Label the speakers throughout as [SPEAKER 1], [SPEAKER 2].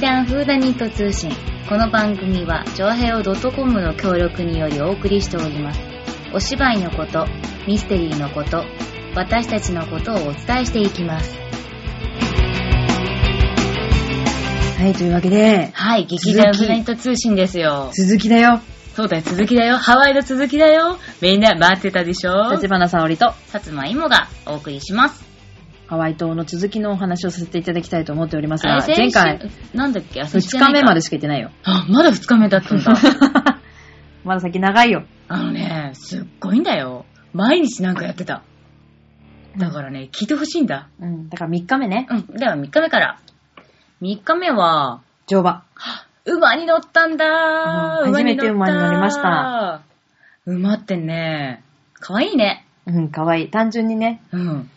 [SPEAKER 1] 談フーダニット通信。この番組は、ジョアヘオ .com の協力によりお送りしております。お芝居のこと、ミステリーのこと、私たちのことをお伝えしていきます。
[SPEAKER 2] はい、というわけで、
[SPEAKER 1] はい、劇
[SPEAKER 2] 鈴木
[SPEAKER 1] 団フーダニット通信ですよ。
[SPEAKER 2] 続きだよ。
[SPEAKER 1] そうだよ、続きだよ。ハワイの続きだよ。みんな待ってたでしょ
[SPEAKER 2] 立花沙織と
[SPEAKER 1] さつまいもがお送りします。
[SPEAKER 2] ハワイ島の続きのお話をさせていただきたいと思っておりますが、
[SPEAKER 1] あれ
[SPEAKER 2] 前回、、
[SPEAKER 1] 先週なんだっけあ、そっち
[SPEAKER 2] 2
[SPEAKER 1] じゃな
[SPEAKER 2] 日
[SPEAKER 1] いか
[SPEAKER 2] 目までしか行ってないよ。
[SPEAKER 1] あ、まだ2日目だったんだ。
[SPEAKER 2] まだ先長いよ。
[SPEAKER 1] あのね、すっごいんだよ。毎日なんかやってた。だからね、聞いてほしいんだ。
[SPEAKER 2] うん、だから3日目ね。
[SPEAKER 1] うん。では3日目から。3日目は、
[SPEAKER 2] 乗馬。
[SPEAKER 1] 馬に乗ったんだ
[SPEAKER 2] うん初めて馬に乗りまし。
[SPEAKER 1] った馬ってね、かわいいね。
[SPEAKER 2] うん、かわいい。単純にね。
[SPEAKER 1] うん。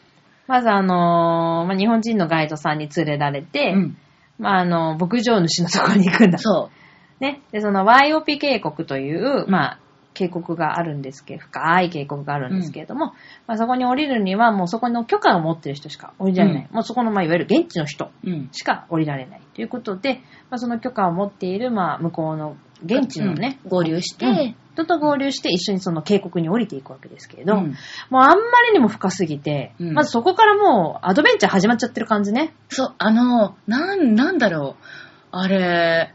[SPEAKER 2] まずあのーまあ、日本人のガイドさんに連れられて、
[SPEAKER 1] うん。
[SPEAKER 2] まあ、あの、牧場主のところに行くんだ。
[SPEAKER 1] そ
[SPEAKER 2] ね。で、その YOP 渓谷という、まあ、渓谷があるんですけど、深い渓谷があるんですけれども、まあ、そこに降りるには、もうそこの許可を持ってる人しか降りられない。もうそこの、まあ、いわゆる現地の人
[SPEAKER 1] う。うん。
[SPEAKER 2] しか降りられないということで、まあ、その許可を持っている、まあ、向こうの現地のね、
[SPEAKER 1] うん合流して、
[SPEAKER 2] うん人と合流して一緒にその渓谷に降りていくわけですけれど、
[SPEAKER 1] うん
[SPEAKER 2] もうあんまりにも深すぎて、
[SPEAKER 1] うん
[SPEAKER 2] まずそこからもうアドベンチャー始まっちゃってる感じね。
[SPEAKER 1] そう、あの、なん、なんだろう。あれ、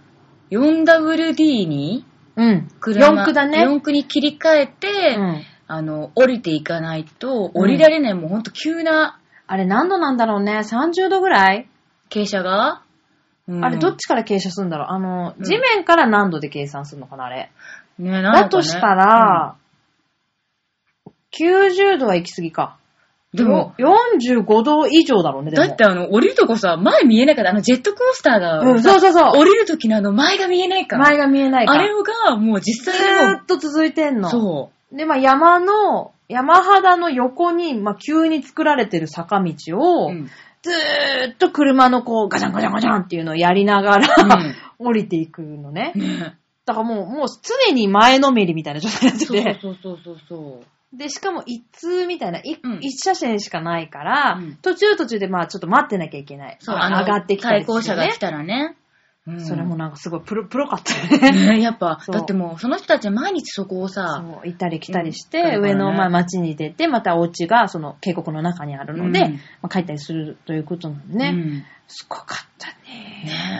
[SPEAKER 1] 4WD に
[SPEAKER 2] うん。
[SPEAKER 1] 車
[SPEAKER 2] 四駆だね。
[SPEAKER 1] 四駆に切り替えて、
[SPEAKER 2] うん。
[SPEAKER 1] あの、降りていかないと、降りられない、もうほんと急な
[SPEAKER 2] あれ何度なんだろうね。30度ぐらい、
[SPEAKER 1] 傾斜が、うん
[SPEAKER 2] あれどっちから傾斜するんだろうあの、
[SPEAKER 1] うん
[SPEAKER 2] 地面から何度で計算するのかなあれ。
[SPEAKER 1] ね、なんかね
[SPEAKER 2] だとした、ら、90度は行き過ぎか。
[SPEAKER 1] うんでも、、
[SPEAKER 2] 45度以上だろうね、で
[SPEAKER 1] だ
[SPEAKER 2] も。
[SPEAKER 1] ってあの、降りるとこさ、前見えなかった。あの、ジェットコースターが、
[SPEAKER 2] うん、そうそうそう。
[SPEAKER 1] 降りるときのあの、前が見えないから。
[SPEAKER 2] 前が見えないか
[SPEAKER 1] あ
[SPEAKER 2] ら。
[SPEAKER 1] れが、もう実際に
[SPEAKER 2] ず
[SPEAKER 1] も
[SPEAKER 2] ーっと続いてん
[SPEAKER 1] う、
[SPEAKER 2] の。。
[SPEAKER 1] そう
[SPEAKER 2] で、まあ山の、山肌の横に、まあ急に作られてる坂道
[SPEAKER 1] う。
[SPEAKER 2] を、
[SPEAKER 1] うん
[SPEAKER 2] ずーっと車のこう、ガチャンガチャンガチャンっていうのをやりながら、 降りていくのね。
[SPEAKER 1] ね
[SPEAKER 2] だからもう、もう常に前のめりみたいな状態になって
[SPEAKER 1] そう
[SPEAKER 2] て。
[SPEAKER 1] そうそうそうそう。
[SPEAKER 2] で、しかも一通みたいな、い
[SPEAKER 1] うん
[SPEAKER 2] 一車線しかないから、
[SPEAKER 1] うん
[SPEAKER 2] 途中途中でまあちょっと待ってなきゃいけない。
[SPEAKER 1] そう、
[SPEAKER 2] まあ
[SPEAKER 1] あの、
[SPEAKER 2] 上がってきたり
[SPEAKER 1] 対向車が来たらね。うん
[SPEAKER 2] それもなんかすごいプロ、プロかったよね。
[SPEAKER 1] ね、 やっぱ、
[SPEAKER 2] そう
[SPEAKER 1] だってもう、その人たちは毎日そこをさ、
[SPEAKER 2] そう、行ったり来たりし
[SPEAKER 1] うんだ
[SPEAKER 2] て、
[SPEAKER 1] からね
[SPEAKER 2] 上のまあ町に出て、またお家がその渓谷の中にあるので、
[SPEAKER 1] うん
[SPEAKER 2] まあ帰ったりするということなんで
[SPEAKER 1] う
[SPEAKER 2] ね、
[SPEAKER 1] ん
[SPEAKER 2] すごかったね。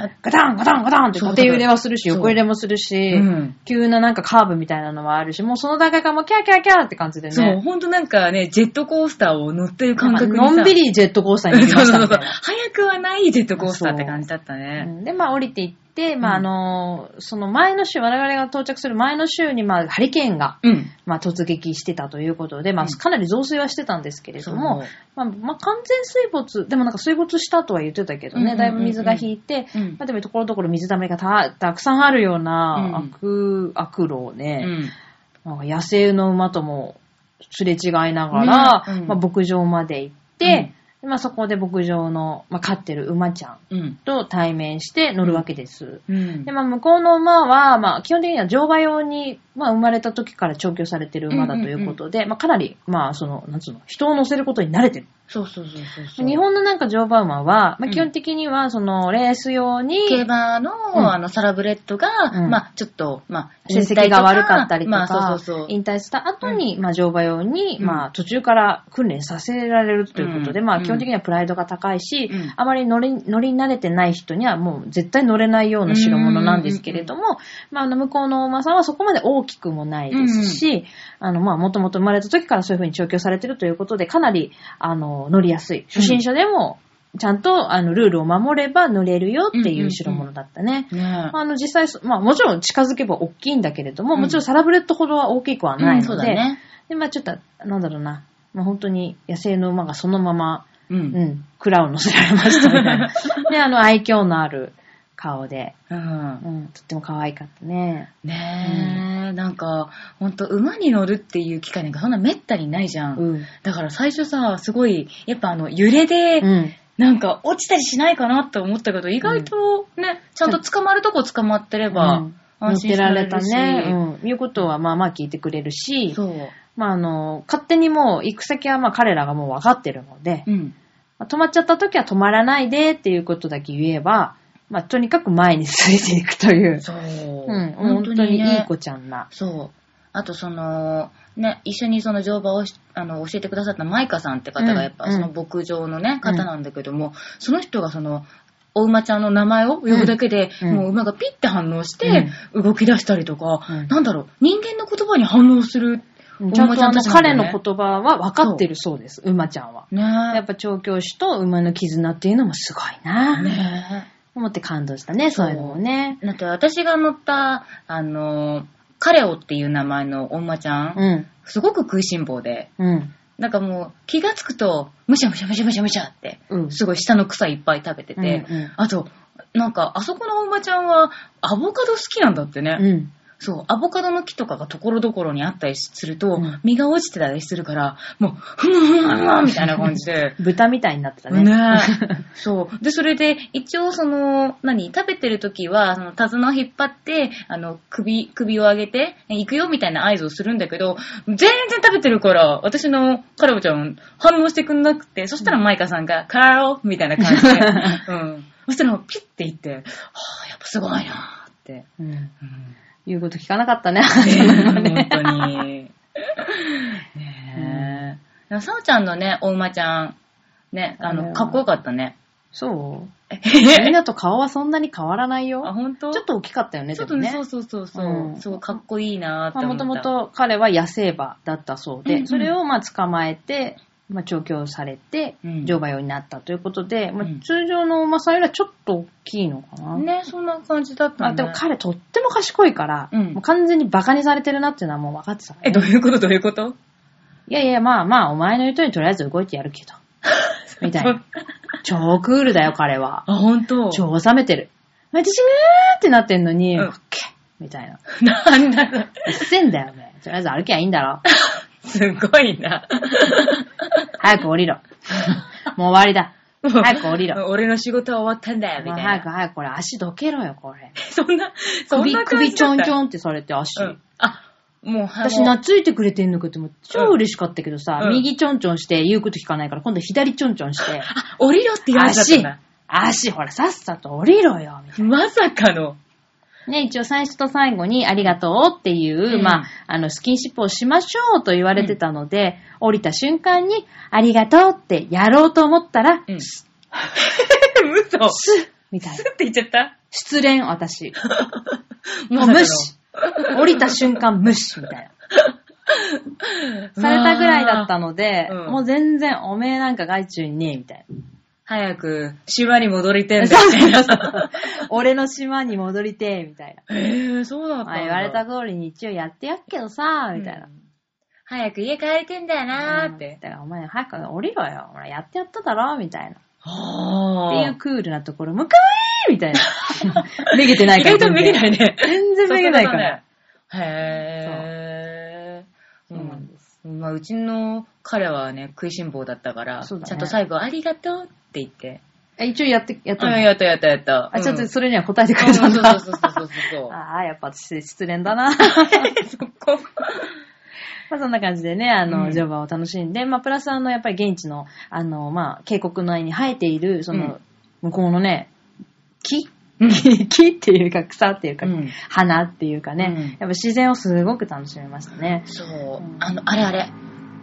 [SPEAKER 1] ね
[SPEAKER 2] ガタンガタンガタンって
[SPEAKER 1] そう
[SPEAKER 2] 縦揺れはするし、
[SPEAKER 1] そう
[SPEAKER 2] 横揺れもするし、
[SPEAKER 1] うん
[SPEAKER 2] 急ななんかカーブみたいなのはあるし、もうその段階からもうキャーキャーキャーって感じでね。
[SPEAKER 1] そう、ほんとなんかね、ジェットコースターを乗ってる感覚にさ
[SPEAKER 2] なんかのんびりジェットコースターに乗り
[SPEAKER 1] そ
[SPEAKER 2] ま
[SPEAKER 1] う
[SPEAKER 2] し
[SPEAKER 1] そ
[SPEAKER 2] た
[SPEAKER 1] う
[SPEAKER 2] み
[SPEAKER 1] そ
[SPEAKER 2] た
[SPEAKER 1] う
[SPEAKER 2] い。な。
[SPEAKER 1] 早くはないジェットコースターって感じだったね。
[SPEAKER 2] うんで、まあ降りていって、まああの、その前の週、我々が到着する前の週に、まあハリケーンが、
[SPEAKER 1] うん。
[SPEAKER 2] まあ突撃してたということで、まあ
[SPEAKER 1] うん
[SPEAKER 2] かなり増水はしてたんですけれども、
[SPEAKER 1] そう
[SPEAKER 2] まあ、まあ完全水没、でもなんか水没したとは言ってたけどね、
[SPEAKER 1] うんうんうんうん
[SPEAKER 2] だいぶ水が引いて、
[SPEAKER 1] うん
[SPEAKER 2] まあでもところどころ水ためがたたくさんあるような
[SPEAKER 1] うん
[SPEAKER 2] 悪、悪路を
[SPEAKER 1] う
[SPEAKER 2] ね、
[SPEAKER 1] ん。
[SPEAKER 2] なんか野生の馬ともすれ違いながら、
[SPEAKER 1] ねうん
[SPEAKER 2] まあ牧場まで行って、でまあそこで牧場の、まあ飼ってる馬ちゃん
[SPEAKER 1] うん。
[SPEAKER 2] と対面して乗るわけです。
[SPEAKER 1] うん
[SPEAKER 2] で、まあ、向こうの馬は、まあ、基本的には乗馬用に、まあ、生まれた時から調教されてる馬だということで、まあ、かなり、まあ、その、なんつうの、人を乗せることに慣れてる。
[SPEAKER 1] そうそうそうそうそう。
[SPEAKER 2] 日本のなんか乗馬馬は、
[SPEAKER 1] う
[SPEAKER 2] まあ、
[SPEAKER 1] ん
[SPEAKER 2] 基本的には、その、レース用に、
[SPEAKER 1] 競馬の、
[SPEAKER 2] うん
[SPEAKER 1] あの、サラブレッドが、
[SPEAKER 2] うん
[SPEAKER 1] まあ、ちょっと、まあ、
[SPEAKER 2] 成績が悪かったりとか、
[SPEAKER 1] まあ、そうそうそう。
[SPEAKER 2] 引退した後に、まあ、乗馬用に、
[SPEAKER 1] うん
[SPEAKER 2] まあ、途中から訓練させられるということで、
[SPEAKER 1] うん
[SPEAKER 2] まあ、基本的にはプライドが高いし、
[SPEAKER 1] うん
[SPEAKER 2] あまり乗り乗り慣れてない人にはもう絶対乗れないような代物なんですけれども、まあ、あの、向こうのお馬さんはそこまで大きくもないですし、あの、まあ、もともと生まれた時からそういうふうに調教されてるということで、かなり、あの、乗りやすい。初心者でも、ちゃんと、あの、ルールを守れば乗れるよっていう代物だったね。
[SPEAKER 1] ね
[SPEAKER 2] あの、実際そ、まあもちろん近づけば大きいんだけれども、
[SPEAKER 1] うん
[SPEAKER 2] もちろんサラブレッドほどは大きくは
[SPEAKER 1] う
[SPEAKER 2] ない
[SPEAKER 1] ん
[SPEAKER 2] ので、
[SPEAKER 1] そうだね。
[SPEAKER 2] で、まあちょっと、なんだろうな、まあ本当に野生の馬がそのまま、
[SPEAKER 1] う。
[SPEAKER 2] うんん、蔵を乗せられましたみた いな。で、あの、愛嬌のある顔で、
[SPEAKER 1] うん。
[SPEAKER 2] うん、とっても可愛かったね。
[SPEAKER 1] ねえ、なんか、ほんと、馬に乗るっていう機会なんかそんなめったにないじゃん。
[SPEAKER 2] うん。
[SPEAKER 1] だから最初さ、すごい、やっぱあの、揺れで、
[SPEAKER 2] うん。
[SPEAKER 1] なんか落ちたりしないかなって思ったけど、意外とね、ちゃんと捕まるとこ捕まってれば、
[SPEAKER 2] 乗っ
[SPEAKER 1] 安心
[SPEAKER 2] て
[SPEAKER 1] して
[SPEAKER 2] ら
[SPEAKER 1] られ
[SPEAKER 2] れた
[SPEAKER 1] るし。
[SPEAKER 2] ね。うん。いうことは、まあまあ聞いてくれるし、
[SPEAKER 1] そう。
[SPEAKER 2] まああの、勝手にもう行く先はまあ彼らがもう分かってるので、
[SPEAKER 1] うん。
[SPEAKER 2] まあ止まっちゃった時は止まらないでっていうことだけ言えば、まあ、とにかく前に進めていくという。
[SPEAKER 1] そう。
[SPEAKER 2] うん、
[SPEAKER 1] 本
[SPEAKER 2] 本
[SPEAKER 1] 当
[SPEAKER 2] 当
[SPEAKER 1] に
[SPEAKER 2] に
[SPEAKER 1] ね
[SPEAKER 2] いい子ちゃんな。
[SPEAKER 1] そう。あとその、ね、一緒にその乗馬をしあの教えてくださったマイカさんって方がやっ
[SPEAKER 2] う
[SPEAKER 1] ぱ
[SPEAKER 2] ん
[SPEAKER 1] その牧場のね、方なんだけども、その人がその、お馬ちゃんの名前を呼ぶだけで、
[SPEAKER 2] うん
[SPEAKER 1] もう馬がピッて反応して動き出したりとか、
[SPEAKER 2] うん
[SPEAKER 1] なんだろう、人間の言葉に反応する。
[SPEAKER 2] ちゃんとあの彼の
[SPEAKER 1] ね
[SPEAKER 2] 言葉は分かってるそうです、馬ちゃんは。
[SPEAKER 1] ね
[SPEAKER 2] やっぱ調教師と馬の絆っていうのもすごいな、
[SPEAKER 1] ね
[SPEAKER 2] 思って感動したね、そういうのもね。
[SPEAKER 1] だって私が乗った、あの、カレオっていう名前のお馬ちゃん、
[SPEAKER 2] うん、
[SPEAKER 1] すごく食いしん坊で、
[SPEAKER 2] うん、
[SPEAKER 1] なんかもう気がつくと、むしゃむしゃむしゃむしゃむしゃって、
[SPEAKER 2] うん。
[SPEAKER 1] すごい下の草いっぱい食べてて、
[SPEAKER 2] うんうん
[SPEAKER 1] あと、なんか、あそこのおばちゃんは、アボカド好きなんだってね。
[SPEAKER 2] うん。
[SPEAKER 1] そう、アボカドの木とかがところどころにあったりすると、
[SPEAKER 2] うん
[SPEAKER 1] 実が落ちてたりするから、もう、ふむふむふむみたいな感じで。
[SPEAKER 2] 豚みたいになってたね。
[SPEAKER 1] ね そう。で、それで、一応、その、何、食べてる時は、その、手綱を引っ張って、あの、首、首を上げて、行くよみたいな合図をするんだけど、全然食べてるから、私のカラオちゃん、反応してくんなくて、そしたらマイカさんが、カラオみたいな感じ で、うん。そしたら、ピッて行って、はぁ、やっぱすごいなぁって。
[SPEAKER 2] うん。
[SPEAKER 1] うん
[SPEAKER 2] 言うこと聞かなかったね。
[SPEAKER 1] ねえ、本当に。ねえ。さおちゃんのね、お馬ちゃん、ね、あ
[SPEAKER 2] あれ
[SPEAKER 1] の、
[SPEAKER 2] は
[SPEAKER 1] かっこよかったね。
[SPEAKER 2] そう
[SPEAKER 1] え
[SPEAKER 2] みんなと顔はそんなに変わらない
[SPEAKER 1] あ、
[SPEAKER 2] よ。
[SPEAKER 1] 本当
[SPEAKER 2] ちょっと大きかったよね、
[SPEAKER 1] ちょっ
[SPEAKER 2] で
[SPEAKER 1] と
[SPEAKER 2] も
[SPEAKER 1] ね、そうそうそうそう、
[SPEAKER 2] うん
[SPEAKER 1] すごいかっこいいなーって
[SPEAKER 2] まあ
[SPEAKER 1] 思っ
[SPEAKER 2] も
[SPEAKER 1] た。
[SPEAKER 2] ともと彼は野生馬だったそうで、
[SPEAKER 1] うんうん
[SPEAKER 2] それをまあ捕まえて、まあ、調教されて
[SPEAKER 1] うん、
[SPEAKER 2] 乗馬用になったということで、ま
[SPEAKER 1] うん
[SPEAKER 2] あ、通常のお馬さんよりはちょっと大きいのかな。
[SPEAKER 1] ね、そんな感じだった
[SPEAKER 2] あ
[SPEAKER 1] ね。
[SPEAKER 2] でも彼とっても賢いから、
[SPEAKER 1] うん
[SPEAKER 2] もう完全に馬鹿にされてるなっていうのはもう分かってたから
[SPEAKER 1] え、どういうことどういうこと
[SPEAKER 2] いやいや、まあまあ、お前の言う通りにとりあえず動いてや るけど。みたいな。超クールだよ、彼は。
[SPEAKER 1] あ、本当
[SPEAKER 2] 超収めてる。私がーってなってんのに、
[SPEAKER 1] うん
[SPEAKER 2] オッケーみたいな。
[SPEAKER 1] なんだろう。
[SPEAKER 2] うっせえんだよ、お前とりあえず歩きゃいいんだろ。
[SPEAKER 1] すごいな。
[SPEAKER 2] 早く降りろ。 もう終わりだ。早く降りろ。
[SPEAKER 1] 俺の仕事は終わったんだよ、み
[SPEAKER 2] もう
[SPEAKER 1] たい
[SPEAKER 2] 早く
[SPEAKER 1] な。
[SPEAKER 2] 早く、これ足どけろよ、これ。
[SPEAKER 1] そんな、 そん
[SPEAKER 2] 首
[SPEAKER 1] な、感
[SPEAKER 2] 首
[SPEAKER 1] じ
[SPEAKER 2] ち
[SPEAKER 1] だ
[SPEAKER 2] ょ
[SPEAKER 1] っ
[SPEAKER 2] ん
[SPEAKER 1] た
[SPEAKER 2] ちょんってされて足。
[SPEAKER 1] うん。あ、もう、
[SPEAKER 2] 私
[SPEAKER 1] もう
[SPEAKER 2] 懐いてくれてんのかって思って、超嬉しかったけどさ、
[SPEAKER 1] うん
[SPEAKER 2] 右ちょんちょんして言うこと聞かないから、今度左ちょんちょん して、
[SPEAKER 1] あ、降りろって言われちゃったん
[SPEAKER 2] 足
[SPEAKER 1] だ。、
[SPEAKER 2] 足、ほら、さっさと降りろよ、みたい
[SPEAKER 1] まさかの。
[SPEAKER 2] な。ね、一応最初と最後にありがとうっていう、
[SPEAKER 1] うん
[SPEAKER 2] まあ、あの、スキンシップをしましょうと言われてたので、降りた瞬間に、ありがとうってやろうと思ったら、
[SPEAKER 1] うん。
[SPEAKER 2] ス
[SPEAKER 1] 嘘。ス
[SPEAKER 2] ッみたいな。
[SPEAKER 1] って言っちゃった
[SPEAKER 2] 失恋、私。
[SPEAKER 1] まさか
[SPEAKER 2] もう
[SPEAKER 1] の
[SPEAKER 2] 無視。降りた瞬間無視、みたいな。 されたぐらいだったので、
[SPEAKER 1] うん
[SPEAKER 2] もう全然おめえなんか外中にねえ、みたいな。
[SPEAKER 1] 早く、島に戻りてえんだ
[SPEAKER 2] そうそうそう。俺の島に戻りてえ、みたいな。
[SPEAKER 1] えー、そうだったんだ
[SPEAKER 2] まあ、言われた通りに一応やってやっけどさ、みたいな。
[SPEAKER 1] 早く家帰りてんだよなーって。
[SPEAKER 2] だからお前早く降りろよ。ほら、やってやっただろみたいな。
[SPEAKER 1] は
[SPEAKER 2] っていうクールなところ、もうかわいいみたい な。めげてない
[SPEAKER 1] 意
[SPEAKER 2] から。。
[SPEAKER 1] 外とめげないいね。
[SPEAKER 2] 全然めげないから。。
[SPEAKER 1] へぇー。
[SPEAKER 2] そうなんです。
[SPEAKER 1] うん。まあ、うちの彼はね、食いしん坊だったから、
[SPEAKER 2] そうだね
[SPEAKER 1] ちゃんと最後、ありがとうって言って。
[SPEAKER 2] え一応やって、やった
[SPEAKER 1] あ、
[SPEAKER 2] の
[SPEAKER 1] やったやったやった。
[SPEAKER 2] あ、ちょっ
[SPEAKER 1] う
[SPEAKER 2] と
[SPEAKER 1] ん
[SPEAKER 2] それには答えてくれたん
[SPEAKER 1] うん
[SPEAKER 2] だ
[SPEAKER 1] そう。そうそうそうそう
[SPEAKER 2] ああ、やっぱ私失恋だな。
[SPEAKER 1] そう。そこ。
[SPEAKER 2] まあそんな感じでね、あ
[SPEAKER 1] う
[SPEAKER 2] の、
[SPEAKER 1] ん
[SPEAKER 2] 乗馬を楽しんで、まあプラスあの、やっぱり現地の、あの、まあ、渓谷内に生えている、その、向こうのね、木 木っていうか草っていうか、
[SPEAKER 1] うん
[SPEAKER 2] 花っていうかね、
[SPEAKER 1] うん
[SPEAKER 2] やっぱ自然をすごく楽しめましたね。
[SPEAKER 1] そう
[SPEAKER 2] うん。
[SPEAKER 1] あの、あれあれ。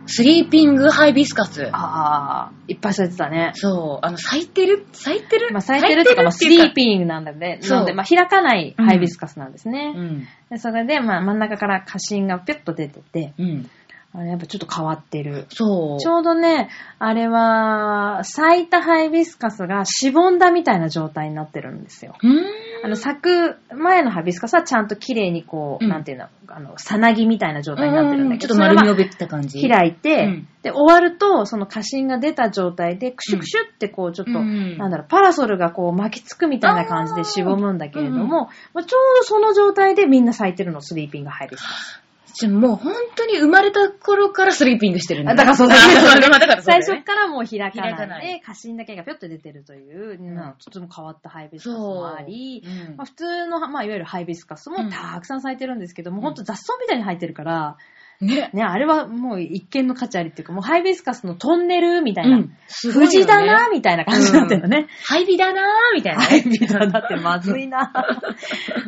[SPEAKER 1] スリーピングハイビスカス。
[SPEAKER 2] ああ、いっぱい咲いてたね。
[SPEAKER 1] そう。あの、咲いてる咲いてる
[SPEAKER 2] まあ咲いてるとか、まあス
[SPEAKER 1] 咲いて
[SPEAKER 2] リ
[SPEAKER 1] るっ
[SPEAKER 2] ー
[SPEAKER 1] てい
[SPEAKER 2] ピングなんだね。
[SPEAKER 1] そう
[SPEAKER 2] なので、まあ開かないハイビスカスなんですね。
[SPEAKER 1] うか
[SPEAKER 2] でそれで、まあ真ん中から花芯がピュッと出てて、
[SPEAKER 1] うん。うん。
[SPEAKER 2] あれやっぱちょっと変わってる。
[SPEAKER 1] そう。
[SPEAKER 2] ちょうどね、あれは、咲いたハイビスカスがしぼんだみたいな状態になってるんですよ。
[SPEAKER 1] うーん。
[SPEAKER 2] あの、咲く前のハイビスカスはちゃんと綺麗にこう、
[SPEAKER 1] うん
[SPEAKER 2] なんていうの、あの、さなぎみたいな状態になってるんだ
[SPEAKER 1] ちょ
[SPEAKER 2] け
[SPEAKER 1] っ
[SPEAKER 2] ど、
[SPEAKER 1] と丸みを
[SPEAKER 2] それは
[SPEAKER 1] 帯びた感じ。
[SPEAKER 2] 開いて、
[SPEAKER 1] うん
[SPEAKER 2] で、終わると、その花芯が出た状態で、クシュクシュってこう、ちょっと、
[SPEAKER 1] うん
[SPEAKER 2] なんだろう、パラソルがこう巻きつくみたいな感じでしぼむんだけれども、
[SPEAKER 1] うん
[SPEAKER 2] まあちょうどその状態でみんな咲いてるの、スリーピングハイビスカス。
[SPEAKER 1] じゃあもう本当に生まれた頃からスリーピングしてるんだ。
[SPEAKER 2] あだからそうだ
[SPEAKER 1] あ
[SPEAKER 2] ね
[SPEAKER 1] まあだ からそうだ
[SPEAKER 2] 最
[SPEAKER 1] よね
[SPEAKER 2] 初からもう開か
[SPEAKER 1] 開か
[SPEAKER 2] な
[SPEAKER 1] ない
[SPEAKER 2] で
[SPEAKER 1] い、
[SPEAKER 2] 過信だけがぴょっと出てるという、
[SPEAKER 1] ん
[SPEAKER 2] まあちょっとも変わったハイビスカス
[SPEAKER 1] そう。
[SPEAKER 2] もあり、
[SPEAKER 1] うん
[SPEAKER 2] まあ、普通の、まあ、いわゆるハイビスカス
[SPEAKER 1] う
[SPEAKER 2] も
[SPEAKER 1] ん
[SPEAKER 2] たくさん咲いてるんですけども、
[SPEAKER 1] うん
[SPEAKER 2] ほんと雑草みたいに生えてるから、
[SPEAKER 1] ね。
[SPEAKER 2] ね、あれはもう一見の価値ありっていうか、もうハイビスカスのトンネルみたいな、
[SPEAKER 1] うんすごいよね
[SPEAKER 2] 富士だなみたいな感じになってるのね。
[SPEAKER 1] ハイビだなーみたいなね。
[SPEAKER 2] ハイビだなってまず いな。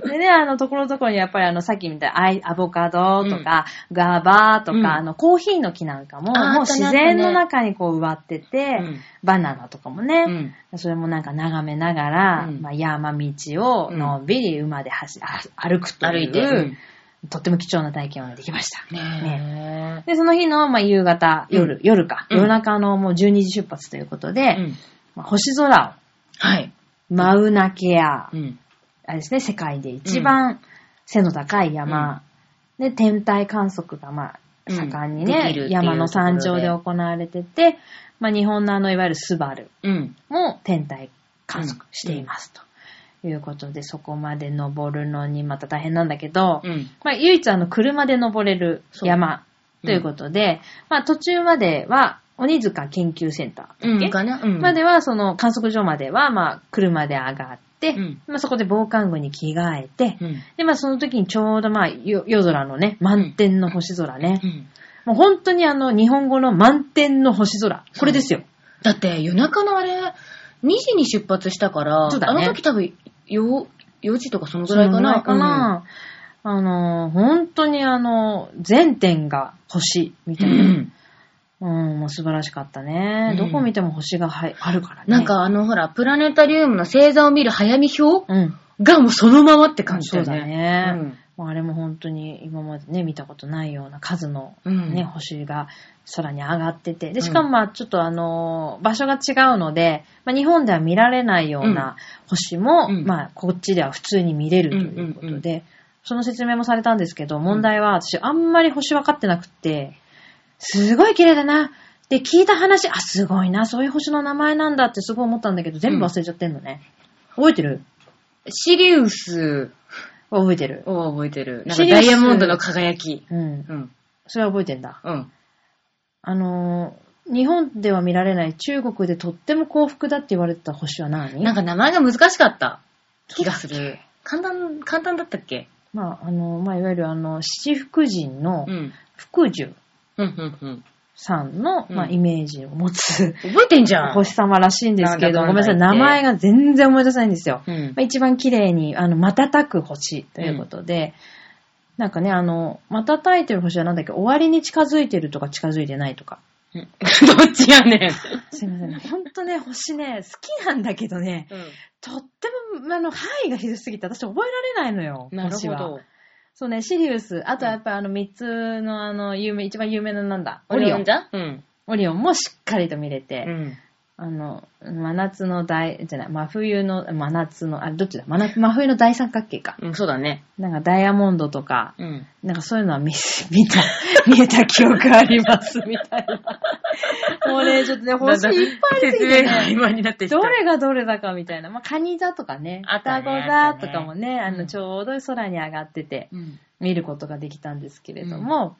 [SPEAKER 2] でね、あの、ところどころにやっぱりあの、さっきみたいなアイアボカドとか、ガバーとか、
[SPEAKER 1] うん
[SPEAKER 2] あの、コーヒーの木なんかも、
[SPEAKER 1] あー
[SPEAKER 2] もう
[SPEAKER 1] あったね
[SPEAKER 2] 自然の中にこう植わってて、
[SPEAKER 1] うん
[SPEAKER 2] バナナとかもね、
[SPEAKER 1] うん
[SPEAKER 2] それもなんか眺めながら、
[SPEAKER 1] うん
[SPEAKER 2] まあ、山道をのんびり馬で走、あ歩くという
[SPEAKER 1] 歩いてうん
[SPEAKER 2] とっても貴重な体験ができました。ね
[SPEAKER 1] ね
[SPEAKER 2] で、その日の、まあ、夕方、夜、
[SPEAKER 1] うん
[SPEAKER 2] 夜か、
[SPEAKER 1] うん
[SPEAKER 2] 夜中のもう12時出発ということで、
[SPEAKER 1] えうん
[SPEAKER 2] まあ星空
[SPEAKER 1] はい。
[SPEAKER 2] を、マウナケア、
[SPEAKER 1] うん
[SPEAKER 2] あれですね、世界で一番背の高い山、で、天体観測が、まあ、
[SPEAKER 1] うん
[SPEAKER 2] 盛んに
[SPEAKER 1] で
[SPEAKER 2] ね
[SPEAKER 1] きる、っていう
[SPEAKER 2] 山の山
[SPEAKER 1] ところ
[SPEAKER 2] 頂
[SPEAKER 1] で
[SPEAKER 2] で行われてて、まあ、日本のあの、いわゆるスバル
[SPEAKER 1] うん。
[SPEAKER 2] も天体観測していますと。いうことで、そこまで登るのにまた大変なんだけど、
[SPEAKER 1] うん。
[SPEAKER 2] まあ、唯一あの、車で登れる山
[SPEAKER 1] そう
[SPEAKER 2] ということで、まあ、途中までは、鬼塚研究センターだっけ
[SPEAKER 1] うん。かなうん。
[SPEAKER 2] までは、その観測所までは、まあ、車で上がって、
[SPEAKER 1] うん
[SPEAKER 2] まあ、そこで防寒具に着替えて、
[SPEAKER 1] うん。
[SPEAKER 2] で、まあ、その時にちょうど、まあ、よ夜空のね、満天の星空ね。
[SPEAKER 1] うん。
[SPEAKER 2] もう本当にあの、日本語の満天の星空。これですよ。
[SPEAKER 1] だって夜中のあれ、2時に出発したから、
[SPEAKER 2] そうだね
[SPEAKER 1] あの時多分4、4時とかそのぐらいかな。
[SPEAKER 2] そのぐらいかな。あの、本当にあの、全点が星、み
[SPEAKER 1] う
[SPEAKER 2] たいな。
[SPEAKER 1] ん。
[SPEAKER 2] うん、もう素晴らしかったね。
[SPEAKER 1] うん
[SPEAKER 2] どこ見ても星がはいあるからね。
[SPEAKER 1] なん、かあのほら、プラネタリウムの星座を見る早見表
[SPEAKER 2] うん。
[SPEAKER 1] がもうそのままって感じだ
[SPEAKER 2] そう
[SPEAKER 1] よ
[SPEAKER 2] だ
[SPEAKER 1] ね。
[SPEAKER 2] ね。もうあれも本当に今までね、見たことないような数の
[SPEAKER 1] うん
[SPEAKER 2] ね、星が空に上がってて。
[SPEAKER 1] ん
[SPEAKER 2] で、しかもまあちょっとあのー場所が違うので、まあ、日本では見られないような星も、
[SPEAKER 1] うん
[SPEAKER 2] まあこっちでは普通に見れるということで、
[SPEAKER 1] うんうん
[SPEAKER 2] その説明もされたんですけど、問題は私あんまり星分かってなくて、すごい綺麗だな。で、聞いた話、あ、すごいな、そういう星の名前なんだってすごい思ったんだけど、全部忘れちゃってんのね。覚えてる
[SPEAKER 1] シリウス
[SPEAKER 2] 覚えてる。
[SPEAKER 1] を覚えてる。なん
[SPEAKER 2] シ
[SPEAKER 1] か
[SPEAKER 2] リウ
[SPEAKER 1] ダ
[SPEAKER 2] ス
[SPEAKER 1] イヤモンドの輝き。
[SPEAKER 2] うん。
[SPEAKER 1] うん。
[SPEAKER 2] それは覚えてんだ。
[SPEAKER 1] うん。
[SPEAKER 2] あのー日本では見られない中国でとっても幸福だって言われてた星は何
[SPEAKER 1] なんか名前が難しかった気がする。簡単、簡単だったっけ
[SPEAKER 2] まあ、あのーまあ、いわゆるあの、七福神の
[SPEAKER 1] うん。
[SPEAKER 2] 福寿
[SPEAKER 1] うん、うん、うん。
[SPEAKER 2] さんの、
[SPEAKER 1] うん
[SPEAKER 2] まあ、イメージを持つ、
[SPEAKER 1] 覚えてんじゃん。
[SPEAKER 2] 星様らしいんですけど、
[SPEAKER 1] な
[SPEAKER 2] ご
[SPEAKER 1] ん
[SPEAKER 2] め
[SPEAKER 1] だ
[SPEAKER 2] ん
[SPEAKER 1] かんだ
[SPEAKER 2] なさい、
[SPEAKER 1] 言って
[SPEAKER 2] 名前が全然思い出せないんですよ。
[SPEAKER 1] うん
[SPEAKER 2] まあ、一番綺麗に、あの、瞬く星ということで、なんかね、あの、瞬いてる星はなんだっけ、終わりに近づいてるとか近づいてないとか。
[SPEAKER 1] うん どっちやねん。
[SPEAKER 2] すいませ ん。ほんとね、星ね、好きなんだけどね、とっても、あの、範囲がひどすぎて、私覚えられないのよ。
[SPEAKER 1] なるほ
[SPEAKER 2] 星は
[SPEAKER 1] ど。。
[SPEAKER 2] そうね、シリウス。あとはやっぱあの、三つのあの、有名、一番有名ななんだ。オリオン。
[SPEAKER 1] じゃうん。
[SPEAKER 2] オリオンもしっかりと見れて、
[SPEAKER 1] うん。
[SPEAKER 2] あの、真夏の大、じゃない、真冬の、真夏の、あ、どっちだ真夏真冬の大三角形か。
[SPEAKER 1] うん、そうだね。
[SPEAKER 2] なんかダイヤモンドとか、
[SPEAKER 1] うん。
[SPEAKER 2] なんかそういうのは見、 見た、見えた記憶あります、みたい な。もうね、ちょっとね、星
[SPEAKER 1] だんだん
[SPEAKER 2] いっぱいありすぎ
[SPEAKER 1] 説
[SPEAKER 2] て、
[SPEAKER 1] 明が
[SPEAKER 2] ね。
[SPEAKER 1] 曖昧になってきた。
[SPEAKER 2] どれがどれだかみたいな。まあ、カニ座とかね、
[SPEAKER 1] あった
[SPEAKER 2] 双
[SPEAKER 1] ね
[SPEAKER 2] 子
[SPEAKER 1] あ
[SPEAKER 2] 座
[SPEAKER 1] ったね
[SPEAKER 2] とかもね、あ
[SPEAKER 1] う
[SPEAKER 2] の、
[SPEAKER 1] ん
[SPEAKER 2] ちょうど空に上がってて、
[SPEAKER 1] うん。
[SPEAKER 2] 見ることができたんですけれども、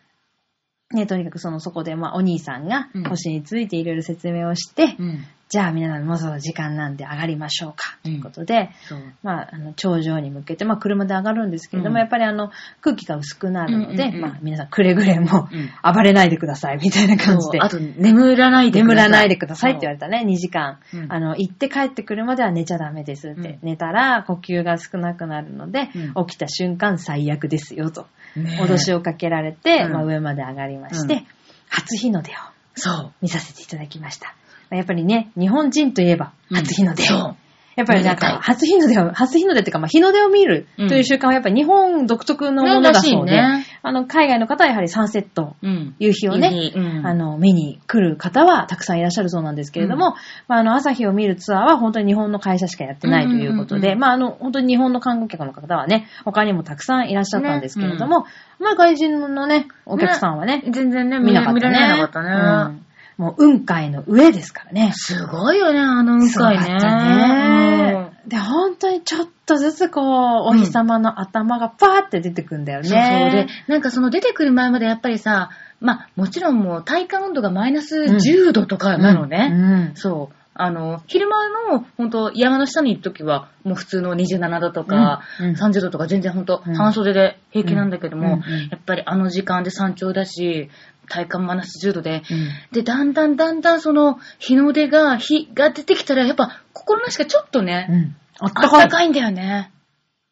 [SPEAKER 2] ね、とにかくその、そこで、まあ、お兄さんが
[SPEAKER 1] うん
[SPEAKER 2] 星についていろいろ説明をして、
[SPEAKER 1] うん。
[SPEAKER 2] じゃあ皆さんもうそろ時間なんで上がりましょうか、ということで、
[SPEAKER 1] そう。
[SPEAKER 2] まあ、あの頂上に向けて、まあ、車で上がるんですけれども、
[SPEAKER 1] うん
[SPEAKER 2] やっぱりあの空気が薄くなるので、
[SPEAKER 1] うんうんうん
[SPEAKER 2] まあ、皆さんくれぐれも
[SPEAKER 1] う
[SPEAKER 2] 暴れないでくださいみたいな感じで。
[SPEAKER 1] あと、眠らないで
[SPEAKER 2] 眠らないでくださいって言わ
[SPEAKER 1] れ
[SPEAKER 2] れたね、2時間。
[SPEAKER 1] うん
[SPEAKER 2] あの、行って帰ってくるまでは寝ちゃダメですって。
[SPEAKER 1] うん
[SPEAKER 2] 寝たら呼吸が少なくなるので、
[SPEAKER 1] う
[SPEAKER 2] 起きた瞬間最悪ですよと。
[SPEAKER 1] て。ねえ
[SPEAKER 2] 脅しをかけられて、
[SPEAKER 1] うん
[SPEAKER 2] まあ、上まで上がりまして、
[SPEAKER 1] うん
[SPEAKER 2] 初日の出を
[SPEAKER 1] そう。
[SPEAKER 2] 見させていただきました。まあやっぱりね、日本人といえば初日の出。
[SPEAKER 1] うんそう
[SPEAKER 2] やっぱりな
[SPEAKER 1] め
[SPEAKER 2] ん
[SPEAKER 1] でたい
[SPEAKER 2] か、初日の出を、初日の出っていうか、まあ、日の出を見るという習慣はやっぱり日本独特のものだそうで、
[SPEAKER 1] ねらしいね
[SPEAKER 2] あの、海外の方はやはりサンセット、
[SPEAKER 1] うん。
[SPEAKER 2] 夕日をね、
[SPEAKER 1] いいうん
[SPEAKER 2] あの、見に来る方はたくさんいらっしゃるそうなんですけれども、
[SPEAKER 1] う
[SPEAKER 2] まあ、あの、朝日を見るツアーは本当に日本の会社しかやってないということ
[SPEAKER 1] うんうんうん
[SPEAKER 2] で、
[SPEAKER 1] うん
[SPEAKER 2] まあ、あの、本当に日本の観光客の方はね、他にもたくさんいらっしゃったんですけれども、まあ、外人のね、お客さんはね、
[SPEAKER 1] 全然ね、
[SPEAKER 2] 見
[SPEAKER 1] 見
[SPEAKER 2] な
[SPEAKER 1] なか
[SPEAKER 2] かっ
[SPEAKER 1] ったた
[SPEAKER 2] ね。
[SPEAKER 1] ね。
[SPEAKER 2] うん、もう、雲海の上ですからね。
[SPEAKER 1] すごいよね、あの雲
[SPEAKER 2] そうだ
[SPEAKER 1] 海
[SPEAKER 2] っ
[SPEAKER 1] ね。
[SPEAKER 2] たね。で、本当にちょっとずつこう、お日様の頭がパーって出てくんだよ
[SPEAKER 1] うんそうそう。で
[SPEAKER 2] ね。、
[SPEAKER 1] なんかその出てくる前までやっぱりさ、まあもちろんもう体感温度がマイナス10度とかなのね。
[SPEAKER 2] うんうん
[SPEAKER 1] そう。あの、昼間の、本当山の下にいる時は、もう普通の27度とか、
[SPEAKER 2] うんうん
[SPEAKER 1] 30度とか全然本当、
[SPEAKER 2] うん
[SPEAKER 1] 半袖で平気なんだけども、
[SPEAKER 2] うんうん
[SPEAKER 1] やっぱりあの時間で山頂だし、体感マイナス10度で、で、だんだんだんだんその、日の出が、日が出てきたら、やっぱ心なしかちょっとね、
[SPEAKER 2] うん。あっ
[SPEAKER 1] あ
[SPEAKER 2] た
[SPEAKER 1] った
[SPEAKER 2] か
[SPEAKER 1] かいんだよね。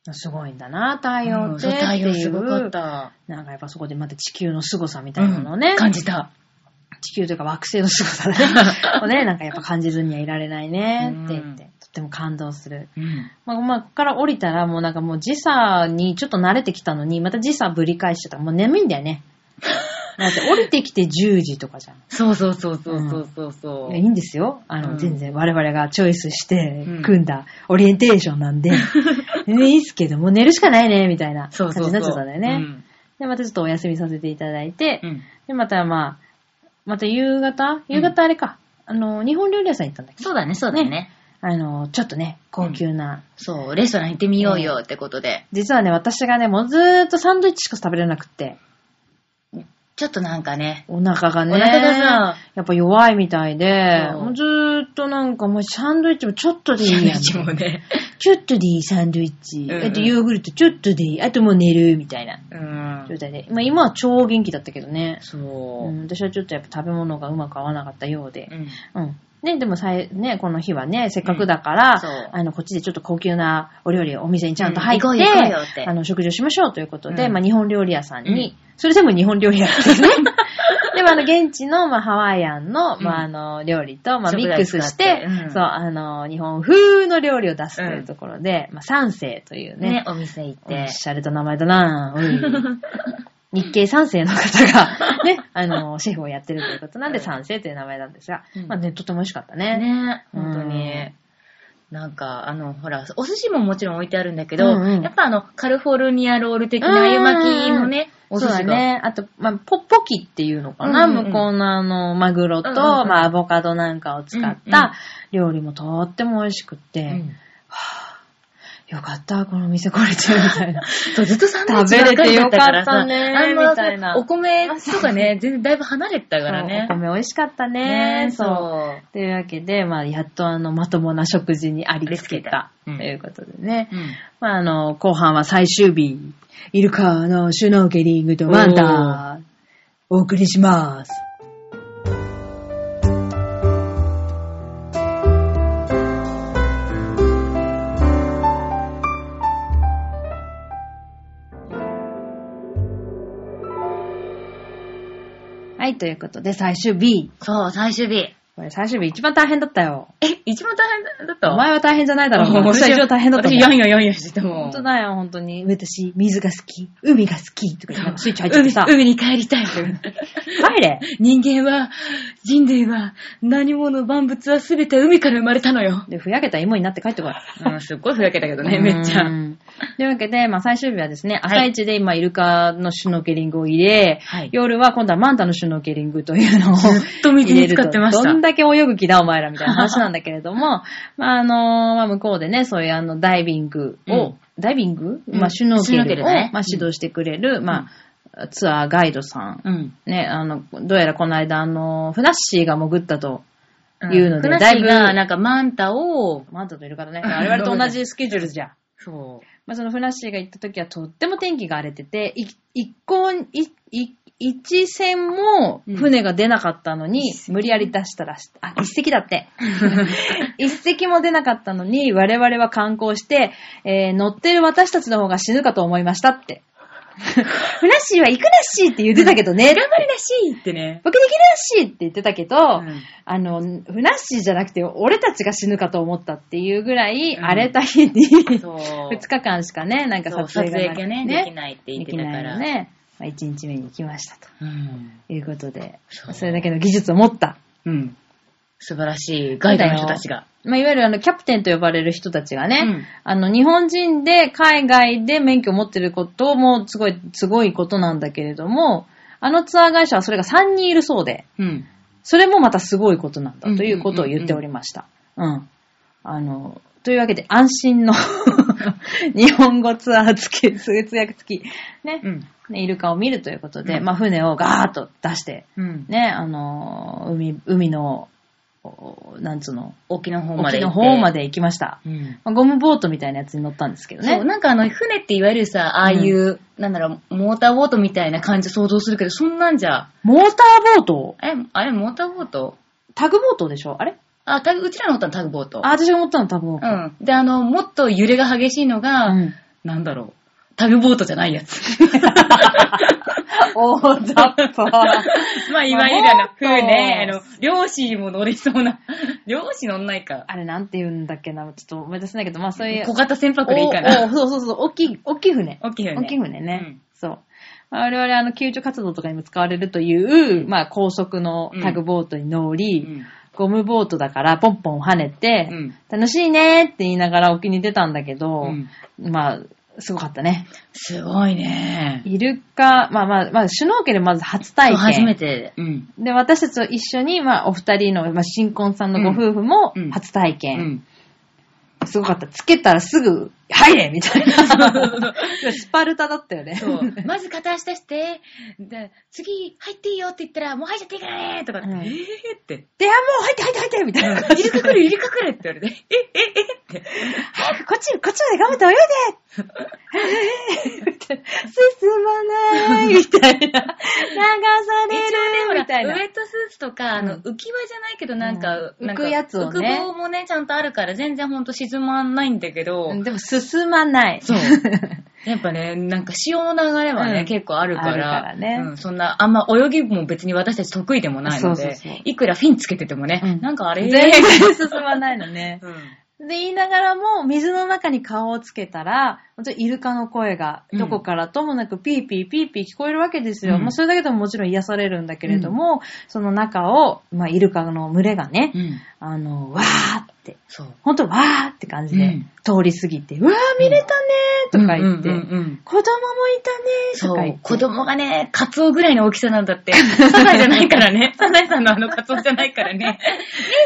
[SPEAKER 2] い。すごいんだな、太陽って。
[SPEAKER 1] そう太陽
[SPEAKER 2] っていう
[SPEAKER 1] すごかった。
[SPEAKER 2] なんかやっぱそこでまた地球の凄さみたいなのをね、
[SPEAKER 1] 感じた。
[SPEAKER 2] 地球というか惑星の凄 さね、をね、なんかやっぱ感じずにはいられないねって言って、
[SPEAKER 1] う
[SPEAKER 2] とっても感動する。まあ、まあ、ここから降りたらもうなんかもう時差にちょっと慣れてきたのに、また時差ぶり返してたらもう眠いんだ よね。だって降りてきて10時とかじゃん。
[SPEAKER 1] そうそうそうそうそうそうそう。
[SPEAKER 2] いやいいんですよ。あの、
[SPEAKER 1] うん
[SPEAKER 2] 全然我々がチョイスして
[SPEAKER 1] うん
[SPEAKER 2] 組んだオリエンテーショ ンなんで、ねいいっすけど、もう寝るしかないね、みたいな
[SPEAKER 1] そ
[SPEAKER 2] 感
[SPEAKER 1] う
[SPEAKER 2] じ
[SPEAKER 1] そうそう。
[SPEAKER 2] になっちゃったんだよね。
[SPEAKER 1] うん
[SPEAKER 2] で、またちょっとお休みさせていただいて、
[SPEAKER 1] うん
[SPEAKER 2] で、またまあ、また夕方夕方あれか、あの、日本料理屋さん行ったんだっけ
[SPEAKER 1] そうだね、そうだね。
[SPEAKER 2] あの、ちょっとね、高級な、
[SPEAKER 1] そう、レストラン行ってみようよってことで。
[SPEAKER 2] 実はね、私がね、もうずーっとサンドイッチしか食べれなくって、
[SPEAKER 1] ちょっとなんかね、
[SPEAKER 2] お腹がね、
[SPEAKER 1] お腹がさ
[SPEAKER 2] やっぱ弱いみたいで、
[SPEAKER 1] そう
[SPEAKER 2] もうずーっとなんかもうサンドイッチもちょっとでいいやん。
[SPEAKER 1] 一応ね。
[SPEAKER 2] ちょっとでいいサンドイッチ。
[SPEAKER 1] うんうん
[SPEAKER 2] あとヨーグルトちょっとでいい。あともう寝る、みたいな
[SPEAKER 1] うん
[SPEAKER 2] 状態で。まあ今は超元気だったけどね。
[SPEAKER 1] そうう。
[SPEAKER 2] ん、私はちょっとやっぱ食べ物がうまく合わなかったようで
[SPEAKER 1] う。ん
[SPEAKER 2] うん。ね、でもさい、ね、この日はね、せっかくだから、
[SPEAKER 1] うんそう
[SPEAKER 2] あの、こっちでちょっと高級なお料理、お店にちゃんと入って、
[SPEAKER 1] うん行こうよ行こうよって
[SPEAKER 2] あの、食事をしましょうということで、
[SPEAKER 1] うん
[SPEAKER 2] まあ、日本料理屋さんに、それでも日本料理屋って いうね。でも、あの、現地の、まあ、ハワイアンの、
[SPEAKER 1] うん
[SPEAKER 2] まあ、あの、料理と、まあ、
[SPEAKER 1] 食材
[SPEAKER 2] ミックスして、
[SPEAKER 1] 使ってうん
[SPEAKER 2] そう、あの、日本風の料理を出すというところで、まあ、三世というね
[SPEAKER 1] ね、、お店行っ
[SPEAKER 2] お
[SPEAKER 1] て。
[SPEAKER 2] しゃれた名前だなぁ。 うん日系三世の方が、ね、あの、シェフをやってるということなんで、
[SPEAKER 1] うん
[SPEAKER 2] 三世という名前なんですが、
[SPEAKER 1] うん
[SPEAKER 2] まあね、とても美味しかったね。
[SPEAKER 1] ね、本当
[SPEAKER 2] うん
[SPEAKER 1] に。なんか、あの、ほら、お寿司ももちろん置いてあるんだけど、
[SPEAKER 2] うんうん
[SPEAKER 1] やっぱあの、カリフォルニアロール的な湯巻きのね、お寿
[SPEAKER 2] そうだ
[SPEAKER 1] 司が。
[SPEAKER 2] ね。あと、まあ、ポッポキっていうのかな、
[SPEAKER 1] うんうんうん
[SPEAKER 2] 向こうのあの、マグロと、
[SPEAKER 1] うんうんうん
[SPEAKER 2] まあ、アボカドなんかを使った料理もとっても美味しくって、
[SPEAKER 1] うん
[SPEAKER 2] よかった、この店来れてるみた いな。
[SPEAKER 1] そうずっとサンドイッチばっかりだったからさ、
[SPEAKER 2] 食べれてよかったね
[SPEAKER 1] あんま
[SPEAKER 2] みたいな
[SPEAKER 1] お米とかね、全然だいぶ離れてたからね
[SPEAKER 2] そう。お米美味しかったね。
[SPEAKER 1] ね
[SPEAKER 2] そう。というわけで、まあ、やっとあの、まともな食事にありつ
[SPEAKER 1] あり
[SPEAKER 2] けた。
[SPEAKER 1] つけたうん
[SPEAKER 2] ということでね。
[SPEAKER 1] うん
[SPEAKER 2] まあ、あの、後半は最終日、イルカのシュノーケリングとワンダー、お送りします。はい、ということで最終日。
[SPEAKER 1] そう、最終日。
[SPEAKER 2] これ最終日一番大変だったよ。
[SPEAKER 1] え、一番大変だった
[SPEAKER 2] お前は大変じゃないだろう。
[SPEAKER 1] もう
[SPEAKER 2] 私は一応大変だったもん
[SPEAKER 1] 私、ヨンヨンヨンヨンしてたもん。
[SPEAKER 2] 本当だよ、本当に。私、水が好き、海が好き、とか言ってなんかスイッチ入っちゃって
[SPEAKER 1] 海
[SPEAKER 2] さ、
[SPEAKER 1] 海に帰りたいって言って。
[SPEAKER 2] 帰れ
[SPEAKER 1] 人間は、人類は、何者万物は全て海から生まれたのよ。
[SPEAKER 2] で、ふやけた芋になって帰ってこい。
[SPEAKER 1] うん、すっごいふやけたけどね、めっちゃ。
[SPEAKER 2] うんというわけで、まあ最終日はですね、朝一で今イルカのシュノーケリングを入れ、
[SPEAKER 1] はい
[SPEAKER 2] 夜は今度はマンタのシュノーケリングというのを
[SPEAKER 1] ずっと水に浸かってました
[SPEAKER 2] 入れるとどんだけ泳ぐ気だお前らみたいな話なんだけれども、 まああのまあ向こうでね、そういうあのダイビングを、
[SPEAKER 1] うん
[SPEAKER 2] ダイビング、
[SPEAKER 1] うん
[SPEAKER 2] まあシュノーケ
[SPEAKER 1] シュノーケ
[SPEAKER 2] ル
[SPEAKER 1] ル
[SPEAKER 2] を、
[SPEAKER 1] ね
[SPEAKER 2] まあ指導してくれる、まあツアーガイドさん
[SPEAKER 1] うん。
[SPEAKER 2] ね、あの、どうやらこの間、あの、ふなっしーが潜ったと、
[SPEAKER 1] うん
[SPEAKER 2] 言うので
[SPEAKER 1] ふなっしー
[SPEAKER 2] だい
[SPEAKER 1] が、
[SPEAKER 2] ぶ
[SPEAKER 1] なんかマンタを、
[SPEAKER 2] マンタといる からね、我々と同じスケジュールじゃん。
[SPEAKER 1] そ
[SPEAKER 2] まあ、そのふなっしーが行った時はとっても天気が荒れてて、い一向に、いい一船も船が出なかったのに、無理やり出したらし、あ、一隻 だって。一隻も出なかったのに、我々は観光して、えー乗ってる私たちの方が死ぬかと思いました って。ふなっしーは行くなっしーって言ってたけどね。
[SPEAKER 1] う。頑張りなしってね。
[SPEAKER 2] 僕できるらしいって言ってたけど、
[SPEAKER 1] ん
[SPEAKER 2] あの、ふなっしーじゃなくて、俺たちが死ぬかと思ったっていうぐらい、
[SPEAKER 1] うん
[SPEAKER 2] 荒れた日に、2
[SPEAKER 1] そう。
[SPEAKER 2] 日間しかね、なんか
[SPEAKER 1] そう
[SPEAKER 2] 撮影がなくて
[SPEAKER 1] ね、できないって言っ
[SPEAKER 2] で
[SPEAKER 1] て
[SPEAKER 2] き
[SPEAKER 1] たか
[SPEAKER 2] ない
[SPEAKER 1] ら。
[SPEAKER 2] のね。まあ、1日目に行きましたと
[SPEAKER 1] うん。
[SPEAKER 2] いうことで、
[SPEAKER 1] そう
[SPEAKER 2] それだけの技術を持った。
[SPEAKER 1] うん。素晴らしいガイドの人たちが。
[SPEAKER 2] まあ、いわゆるあの、キャプテンと呼ばれる人たちがね、
[SPEAKER 1] うん
[SPEAKER 2] あの、日本人で海外で免許を持ってることもすごい、すごいことなんだけれども、あのツアー会社はそれが3人いるそうで、
[SPEAKER 1] うん。
[SPEAKER 2] それもまたすごいことなんだ
[SPEAKER 1] うん
[SPEAKER 2] ということを言っておりました。うん。あの、というわけで安 心の日本語ツアー付き、通訳付き、ね、
[SPEAKER 1] うん。
[SPEAKER 2] ねイルカを見るということで、
[SPEAKER 1] うん
[SPEAKER 2] まあ船をガーッと出して、
[SPEAKER 1] うん。
[SPEAKER 2] ね、あのー、海、海のこうなんつうの、
[SPEAKER 1] 沖の方ま
[SPEAKER 2] 沖
[SPEAKER 1] で行
[SPEAKER 2] の
[SPEAKER 1] って。
[SPEAKER 2] 方まで行きました。
[SPEAKER 1] うん。
[SPEAKER 2] まあゴムボートみたいなやつに乗ったんですけど
[SPEAKER 1] そう、
[SPEAKER 2] ね。
[SPEAKER 1] なんかあの、船っていわゆるさ、ああいう、なんだろう、モーターボートみたいな感じ想像するけど、そんなんじゃ、
[SPEAKER 2] モーターボート
[SPEAKER 1] え、あれ、モーターボート
[SPEAKER 2] タグボートでしょあれ
[SPEAKER 1] あ、タグ、うちらのったのタグボート。
[SPEAKER 2] あ、私が持ったのタグボート。
[SPEAKER 1] うん。で、あの、もっと揺れが激しいのが、
[SPEAKER 2] うん
[SPEAKER 1] なんだろう、タグボートじゃないやつ。
[SPEAKER 2] おー、だった。
[SPEAKER 1] まあ、いわゆるあの、船、あの、漁師も乗りそうな、 漁師乗んないか。
[SPEAKER 2] あれなんて言うんだっけな、ちょっと思い出せないけど、まあそういう。
[SPEAKER 1] 小型船舶でいいか
[SPEAKER 2] お
[SPEAKER 1] ら。
[SPEAKER 2] おそうそうそう、大きい、大きい船。
[SPEAKER 1] 大きいよね。
[SPEAKER 2] 大きい船ね。
[SPEAKER 1] うん
[SPEAKER 2] そう。まあ我々、あの、救助活動とかにも使われるという、まあ、高速のタグボートに乗り、ゴムボートだから、ポンポン跳ねて、
[SPEAKER 1] うん
[SPEAKER 2] 楽しいねって言いながら沖に出たんだけ
[SPEAKER 1] う
[SPEAKER 2] ど、
[SPEAKER 1] ん
[SPEAKER 2] まあ、すごかったね。
[SPEAKER 1] すごいね。
[SPEAKER 2] イルカ、まあまあ、まあ、シュノーケルまず初体験。
[SPEAKER 1] 初めて。うん。
[SPEAKER 2] で、私たちと一緒に、まあ、お二人の、まあ、新婚さんのご夫婦も
[SPEAKER 1] うんうん
[SPEAKER 2] 初体
[SPEAKER 1] う
[SPEAKER 2] 験。
[SPEAKER 1] ん。
[SPEAKER 2] すごかった。つけたらすぐ、入れみたいな。スパルタだったよね。
[SPEAKER 1] そう。まず片足出して、で次、入っていいよって言ったら、もう入っちゃっていいからねとかって、
[SPEAKER 2] うん
[SPEAKER 1] えーって。
[SPEAKER 2] で、あ、もう入って入って入ってみたいな感
[SPEAKER 1] イ
[SPEAKER 2] じで
[SPEAKER 1] ルカ来る、イルカ来るって言われて、え、え、えって。
[SPEAKER 2] 早くこっち、こっちまで頑張って泳い で進まないみたいな。流
[SPEAKER 1] 一応
[SPEAKER 2] さ
[SPEAKER 1] ね、
[SPEAKER 2] れる
[SPEAKER 1] ほ
[SPEAKER 2] みたい
[SPEAKER 1] ら、ウ
[SPEAKER 2] な。
[SPEAKER 1] エットスーツとか、あ
[SPEAKER 2] う
[SPEAKER 1] の、
[SPEAKER 2] ん
[SPEAKER 1] 浮き輪じゃないけど、なんか、
[SPEAKER 2] うん
[SPEAKER 1] なんか
[SPEAKER 2] 浮くやつをね
[SPEAKER 1] 浮く棒もね、ちゃんとあるから、全然ほんと沈まんないんだけど、
[SPEAKER 2] でも進まない。
[SPEAKER 1] そう。やっぱね、なんか潮の流れはね、
[SPEAKER 2] うん
[SPEAKER 1] 結構あるから、
[SPEAKER 2] あるからね
[SPEAKER 1] うん、そんな、あんま泳ぎも別に私たち得意でもないので、
[SPEAKER 2] そうそうそう
[SPEAKER 1] いくらフィンつけててもね、
[SPEAKER 2] うん
[SPEAKER 1] なんかあれ、
[SPEAKER 2] 全然進まないのね。
[SPEAKER 1] うん
[SPEAKER 2] で、言いながらも、水の中に顔をつけたら、本当にイルカの声が、
[SPEAKER 1] うん
[SPEAKER 2] どこからともなくピーピーピーピー聞こえるわけですよ。
[SPEAKER 1] うん
[SPEAKER 2] まあ、それだけでももちろん癒されるんだけれども、その中を、まあ、イルカの群れがね、
[SPEAKER 1] うん。
[SPEAKER 2] あの、わーって、
[SPEAKER 1] そう。
[SPEAKER 2] 本当わーって感じで、
[SPEAKER 1] うん
[SPEAKER 2] 通り過ぎて、わー見れたねーとか言って、
[SPEAKER 1] うんうんうんうん
[SPEAKER 2] 子供もいたねーと
[SPEAKER 1] そ
[SPEAKER 2] か言っ
[SPEAKER 1] う
[SPEAKER 2] て。。
[SPEAKER 1] 子供がね、カツオぐらいの大きさなんだ って。サザエじゃないからね。サザエさんのあのカツオじゃないから ね。姉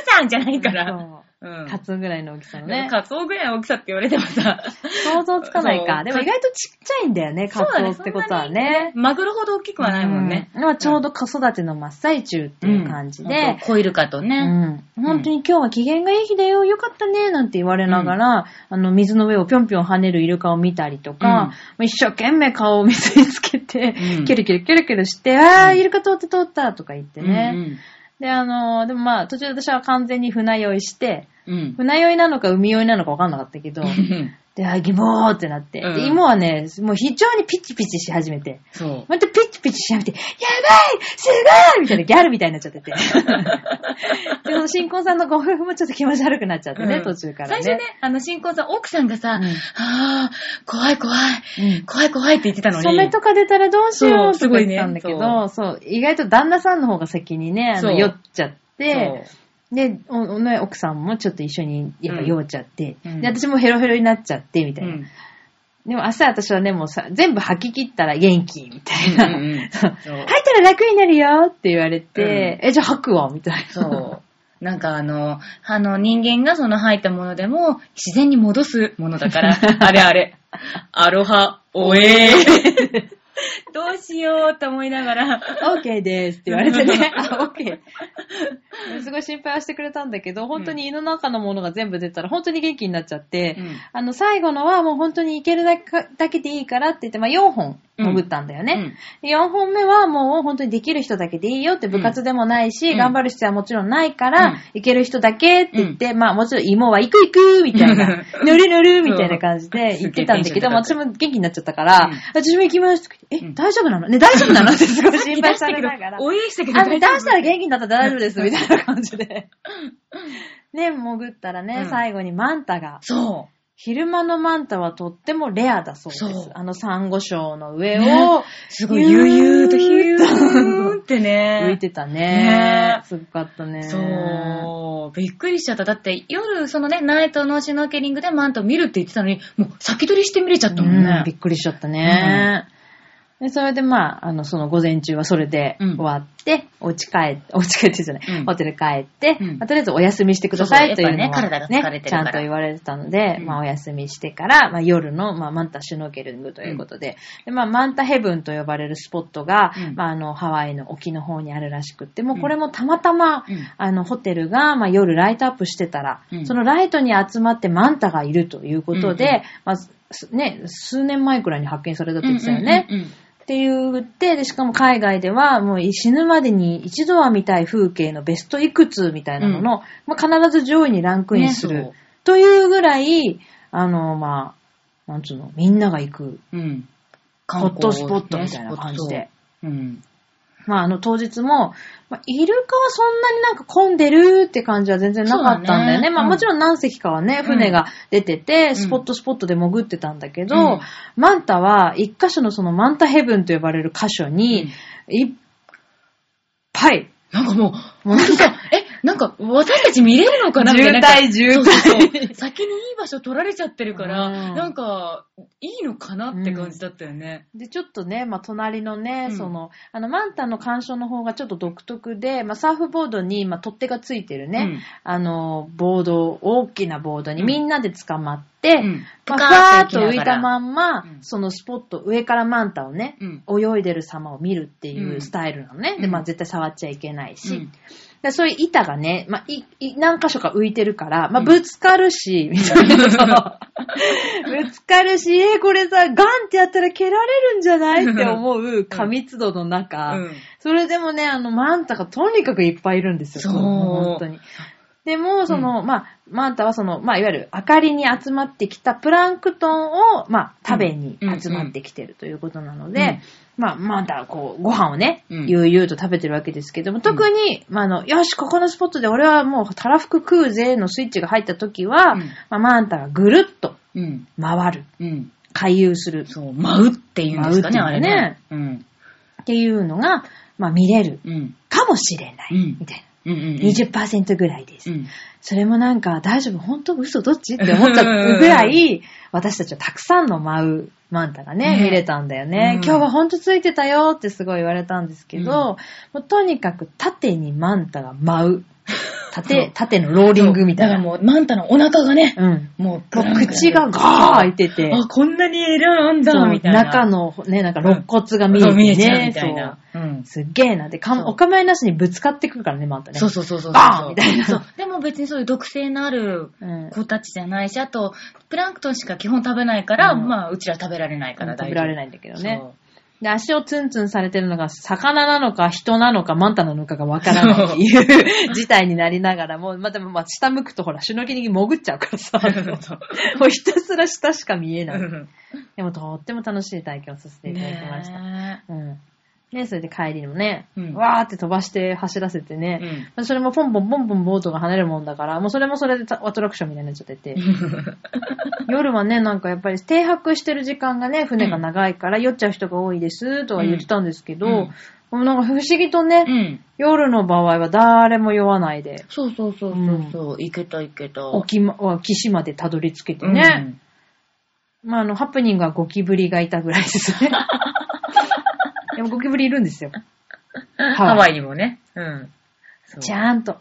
[SPEAKER 1] さんじゃないから。
[SPEAKER 2] そううんカツオぐらいの大きさの
[SPEAKER 1] ね
[SPEAKER 2] ね。
[SPEAKER 1] カツオぐらいの大きさって言われてもさ、
[SPEAKER 2] 想像つかない
[SPEAKER 1] そ
[SPEAKER 2] か。
[SPEAKER 1] う
[SPEAKER 2] でも意外とちっちゃいんだよね、
[SPEAKER 1] そう
[SPEAKER 2] カ
[SPEAKER 1] だ
[SPEAKER 2] ツ
[SPEAKER 1] ね
[SPEAKER 2] オってことはね。
[SPEAKER 1] マグロほど大きくはないもんね。
[SPEAKER 2] うんまあ、ちょうど子育ての真っ最中っていう感じ
[SPEAKER 1] うん
[SPEAKER 2] で、
[SPEAKER 1] コイルカと
[SPEAKER 2] う
[SPEAKER 1] ね。
[SPEAKER 2] ん本当に今日は機嫌がいい日だよ、よかったね、なんて言われながら、あの、水の上をぴょんぴょん跳ねるイルカを見たりと
[SPEAKER 1] うん
[SPEAKER 2] か、まあ一生懸命顔を水につけて、
[SPEAKER 1] うん
[SPEAKER 2] キュルキュルキュルキュルして、あー、イルカ通った通ったとか言ってね。
[SPEAKER 1] うん
[SPEAKER 2] で、あのーでもまあ、途中私は完全に船酔いして、
[SPEAKER 1] うん。
[SPEAKER 2] 船酔いなのか海酔いなのか分かんなかったけ ど
[SPEAKER 1] う、ん。
[SPEAKER 2] で、あ、ギボーってなって。
[SPEAKER 1] うん
[SPEAKER 2] で、芋はね、もう非常にピチピチし始めて。
[SPEAKER 1] そう。
[SPEAKER 2] またピチピチし始めて、やばいすごいみたいな、ギャルみたいになっち ゃってて。で、その新婚さんのご夫婦もちょっと気持ち悪くなっちゃってね、
[SPEAKER 1] うん
[SPEAKER 2] 途中から
[SPEAKER 1] 最
[SPEAKER 2] ね。
[SPEAKER 1] 初ね、あの、新婚さん、奥さんがさ、
[SPEAKER 2] うん
[SPEAKER 1] ああ、怖い怖い、
[SPEAKER 2] うん
[SPEAKER 1] 怖い怖いって言ってたのに。
[SPEAKER 2] 染めとか出たらどうしよう
[SPEAKER 1] そう
[SPEAKER 2] とか言ってたんだ
[SPEAKER 1] す
[SPEAKER 2] け
[SPEAKER 1] ごいね
[SPEAKER 2] ど、そう、意外と旦那さんの方が先にね、あ
[SPEAKER 1] そ
[SPEAKER 2] の、
[SPEAKER 1] う
[SPEAKER 2] 酔っちゃっ
[SPEAKER 1] そう
[SPEAKER 2] て、で、おおね、奥さんもちょっと一緒に、やっぱ酔っちゃって、
[SPEAKER 1] うん
[SPEAKER 2] で、私もヘロヘロになっちゃって、みたいな。
[SPEAKER 1] うん
[SPEAKER 2] でも朝私はね、もうさ、全部吐き切ったら元気、みたいな。
[SPEAKER 1] うんうんうん
[SPEAKER 2] そう
[SPEAKER 1] そう
[SPEAKER 2] 吐いたら楽になるよって言われて、え、じゃあ吐くわ、みたいな。
[SPEAKER 1] そう。なんかあの、あの人間がその吐いたものでも自然に戻すものだ から、あれあれ、アロハ、おえー。 どうしようと思いながら、
[SPEAKER 2] オーケーですって言われて ね。あ、オーケ ー。すごい心配はしてくれたんだけど、本当に胃の中のものが全部出たら本当に元気になっちゃって、
[SPEAKER 1] うん
[SPEAKER 2] あの、最後のはもう本当にいけるだけかだけでいいからって言って、まあ4本潜ったんだよね。4本目はもう本当にできる人だけでいいよって部活でもないし、
[SPEAKER 1] うん
[SPEAKER 2] 頑張る必要はもちろんないから、
[SPEAKER 1] うん
[SPEAKER 2] いける人だけって言って、まあもちろん芋は行く行くみたい な、ぬるぬるみたいな感じで
[SPEAKER 1] そう
[SPEAKER 2] 言ってたんだけど、
[SPEAKER 1] すっげえテンション高
[SPEAKER 2] まあ
[SPEAKER 1] かった
[SPEAKER 2] 私も元気になっちゃったから、
[SPEAKER 1] うん
[SPEAKER 2] 私も行きますって言って
[SPEAKER 1] う
[SPEAKER 2] え、
[SPEAKER 1] ん
[SPEAKER 2] 大丈夫なのね、大丈夫なのってすご い心配され
[SPEAKER 1] けど
[SPEAKER 2] ながら、。
[SPEAKER 1] おえーしたけど
[SPEAKER 2] あの、
[SPEAKER 1] 大
[SPEAKER 2] 出
[SPEAKER 1] 丈夫
[SPEAKER 2] したら元気になったら大丈夫です、みたいな感じで。ね、潜ったらね、
[SPEAKER 1] うん
[SPEAKER 2] 最後にマンタが、
[SPEAKER 1] そ
[SPEAKER 2] 昼間のマンタはとってもレアだそうです。
[SPEAKER 1] そう
[SPEAKER 2] あの、サンゴ礁の上を
[SPEAKER 1] ね、う。すごい、悠々とヒューンってね。
[SPEAKER 2] 浮いてたね
[SPEAKER 1] ね。
[SPEAKER 2] すごかったね。
[SPEAKER 1] そう。びっくりしちゃった。だって夜、そのね、ナイトのシュノーケリングでマント見るって言ってたのに、もう先取りして見れちゃったもん
[SPEAKER 2] う
[SPEAKER 1] ね
[SPEAKER 2] んび。っくりしちゃったね。で、それでまあ、あの、その午前中はそれで
[SPEAKER 1] うん
[SPEAKER 2] 終わって、お家帰って、 お家帰ってじゃない、
[SPEAKER 1] うん
[SPEAKER 2] ホテル帰って、
[SPEAKER 1] うん
[SPEAKER 2] まあとりあえずお休みしてください
[SPEAKER 1] そうそ
[SPEAKER 2] と
[SPEAKER 1] う
[SPEAKER 2] いうのは、
[SPEAKER 1] やっぱりね体が疲れてる
[SPEAKER 2] ち
[SPEAKER 1] か
[SPEAKER 2] ゃ
[SPEAKER 1] ら
[SPEAKER 2] んと言われてたので、
[SPEAKER 1] うん
[SPEAKER 2] まあお休みしてから、まあ夜の、まあマンタシュノーケリングということで、でまあマンタヘブンと呼ばれるスポットが、
[SPEAKER 1] うん
[SPEAKER 2] まああの、ハワイの沖の方にあるらしくって、もう
[SPEAKER 1] うん
[SPEAKER 2] これもたまた
[SPEAKER 1] う
[SPEAKER 2] ま、
[SPEAKER 1] ん
[SPEAKER 2] あの、ホテルが、まあ、夜ライトアップしてたら、
[SPEAKER 1] うん
[SPEAKER 2] そのライトに集まってマンタがいるということで、
[SPEAKER 1] うんうん
[SPEAKER 2] まあ、すね、数年前くらいに発見されたって言ってたよね。
[SPEAKER 1] うんうんうんうん
[SPEAKER 2] って言って、で、しかも海外では、もう死ぬまでに一度は見たい風景のベストいくつみたいなのの、まあ、必ず上位にランクインす
[SPEAKER 1] ね
[SPEAKER 2] る、
[SPEAKER 1] そう
[SPEAKER 2] というぐらい、あの、まあ、なんつうの、みんなが行く、
[SPEAKER 1] うん。
[SPEAKER 2] ホットスポットみたいな感じで。
[SPEAKER 1] うん。
[SPEAKER 2] まあ、あの、当日も、まあ、イルカはそんなになんか混んでるって感じは全然なかったんだよ
[SPEAKER 1] そうだ
[SPEAKER 2] ね。
[SPEAKER 1] ね
[SPEAKER 2] まあ、
[SPEAKER 1] うん
[SPEAKER 2] もちろん何隻かはね、
[SPEAKER 1] ん
[SPEAKER 2] 船が出てて、
[SPEAKER 1] ん
[SPEAKER 2] スポットスポットで潜ってたんだけど、
[SPEAKER 1] うん
[SPEAKER 2] マンタは一箇所のそのマンタヘブンと呼ばれる箇所に、いっぱい、
[SPEAKER 1] なん かもう、
[SPEAKER 2] もうなんか、
[SPEAKER 1] え、なんか私たち見れるのかなみたいな。
[SPEAKER 2] 渋
[SPEAKER 1] そうそ
[SPEAKER 2] 滞
[SPEAKER 1] う
[SPEAKER 2] 渋
[SPEAKER 1] そう。先にいい場所取られちゃってるから、
[SPEAKER 2] うん
[SPEAKER 1] なんか、いいのかなって感じだったよね。
[SPEAKER 2] で、ちょっとね、まあ、隣のね、
[SPEAKER 1] うん
[SPEAKER 2] その、あの、マンタの鑑賞の方がちょっと独特で、まあ、サーフボードに、まあ、取っ手がついてるね、
[SPEAKER 1] うん
[SPEAKER 2] あの、ボード、大きなボードに
[SPEAKER 1] うん
[SPEAKER 2] みんなで捕まって、
[SPEAKER 1] うんぷ
[SPEAKER 2] ま
[SPEAKER 1] かー
[SPEAKER 2] あ、
[SPEAKER 1] っ
[SPEAKER 2] ふ
[SPEAKER 1] と
[SPEAKER 2] わー
[SPEAKER 1] 浮
[SPEAKER 2] っ
[SPEAKER 1] きな
[SPEAKER 2] と浮
[SPEAKER 1] いがら
[SPEAKER 2] たまんま、
[SPEAKER 1] うん
[SPEAKER 2] そのスポット、上からマンタをね、
[SPEAKER 1] うん。
[SPEAKER 2] 泳いでる様を見るっていううんスタイルなのね。
[SPEAKER 1] うん
[SPEAKER 2] で、まあ絶対触っちゃいけないし。
[SPEAKER 1] うん
[SPEAKER 2] でそういう板がね、まあいい何箇所か浮いてるから、まあ
[SPEAKER 1] うん
[SPEAKER 2] ぶつかるし、 みたいな。そのぶつかるし、えー、これさ、ガンってやったら蹴られるんじゃないって思う過密度の中、
[SPEAKER 1] うん
[SPEAKER 2] それでもね、あの、マンタがとにかくいっぱいいるんですよ。
[SPEAKER 1] そう
[SPEAKER 2] 本当に。でも、その、まあ、マンタはその、まあ、いわゆる明かりに集まってきたプランクトンを、まあ、食べに集まってきてるということなので、
[SPEAKER 1] うん
[SPEAKER 2] まあ、マンタはこう、ご飯をね、
[SPEAKER 1] うん
[SPEAKER 2] 悠々と食べてるわけですけども、特に、まあ、あの、よし、ここのスポットで俺はもう、たらふく食うぜのスイッチが入った時は、
[SPEAKER 1] うん
[SPEAKER 2] まあ、マンタがぐるっと
[SPEAKER 1] うん。
[SPEAKER 2] 回る、
[SPEAKER 1] うん。
[SPEAKER 2] 回遊する
[SPEAKER 1] そう、舞うっていうんですかね、あ
[SPEAKER 2] 舞う
[SPEAKER 1] れ
[SPEAKER 2] っていうのね
[SPEAKER 1] ね。うん。
[SPEAKER 2] っていうのが、まあ、見れる
[SPEAKER 1] うん。
[SPEAKER 2] かもしれな
[SPEAKER 1] う
[SPEAKER 2] い
[SPEAKER 1] ん、
[SPEAKER 2] みたいな。
[SPEAKER 1] うん。うん。
[SPEAKER 2] 20%ぐらいです
[SPEAKER 1] う。ん。
[SPEAKER 2] それもなんか、大丈夫本当嘘どっちって思っちゃうぐらい、私たちはたくさんの舞うマンタがね、
[SPEAKER 1] ね
[SPEAKER 2] 見れたんだよね。
[SPEAKER 1] うん
[SPEAKER 2] 今日は本当ついてたよってすごい言われたんですけど、
[SPEAKER 1] うん
[SPEAKER 2] もうとにかく縦にマンタが舞う。縦、縦のローリングみたい
[SPEAKER 1] だから
[SPEAKER 2] な。
[SPEAKER 1] もう、マンタのお腹がね、
[SPEAKER 2] うん。
[SPEAKER 1] もう、
[SPEAKER 2] もう口がガー開いてて、
[SPEAKER 1] あ、こんなに選ん
[SPEAKER 2] そ
[SPEAKER 1] だ、
[SPEAKER 2] う
[SPEAKER 1] みたいな。
[SPEAKER 2] 中のね、なんか肋骨が見え
[SPEAKER 1] そ
[SPEAKER 2] て
[SPEAKER 1] う見えちゃうみ
[SPEAKER 2] ね、
[SPEAKER 1] たいな。うん
[SPEAKER 2] そう。すっげえな。で、か
[SPEAKER 1] そう
[SPEAKER 2] お構いなしにぶつかってくるからね、マンタね。
[SPEAKER 1] そうそうそうそうそう。
[SPEAKER 2] バーンみたいな
[SPEAKER 1] そう。でも別にそういう毒性のある
[SPEAKER 2] うん
[SPEAKER 1] 子たちじゃないし、あと、プランクトンしか基本食べないから、
[SPEAKER 2] うん
[SPEAKER 1] まあ、うちら食べられないから
[SPEAKER 2] 食
[SPEAKER 1] 大丈夫。
[SPEAKER 2] べられないんだけどね。
[SPEAKER 1] そう。
[SPEAKER 2] で、足をツンツンされてるのが、魚なのか人なのかマンタなのかがわからないっていう事態になりながらも、まあ、でもまあ、下向くとほら、シュノキリに潜っちゃうからさ、
[SPEAKER 1] そう
[SPEAKER 2] もうひたすら下しか見
[SPEAKER 1] う
[SPEAKER 2] えない。
[SPEAKER 1] ん
[SPEAKER 2] でも、とっても楽しい体験をさせていただきました。
[SPEAKER 1] ね
[SPEAKER 2] うん。ね、それで帰りにもね、
[SPEAKER 1] うん
[SPEAKER 2] わーって飛ばして走らせて
[SPEAKER 1] え
[SPEAKER 2] ね、それもポンポンポンポンボートが跳ねるもんだから、もうそれもそれでアトラクションみたいになっちゃってて。夜はね、なんかやっぱり停泊してる時間がね、船が長いから酔っちゃう人が多いですとは言ってたんですけど、
[SPEAKER 1] うん
[SPEAKER 2] もうなんか不思議とね、
[SPEAKER 1] うん。うん。
[SPEAKER 2] 夜の場合は誰も酔わないで、
[SPEAKER 1] そうそうそうそうそう。いけたいけた。
[SPEAKER 2] 沖ま、岸までたどり着けてね、まああの、ハプニングはゴキブリがいたぐらいで すね。でもゴキブリいるんですよ。
[SPEAKER 1] うん。ハワイにもね。うん。そう
[SPEAKER 2] ちゃんと。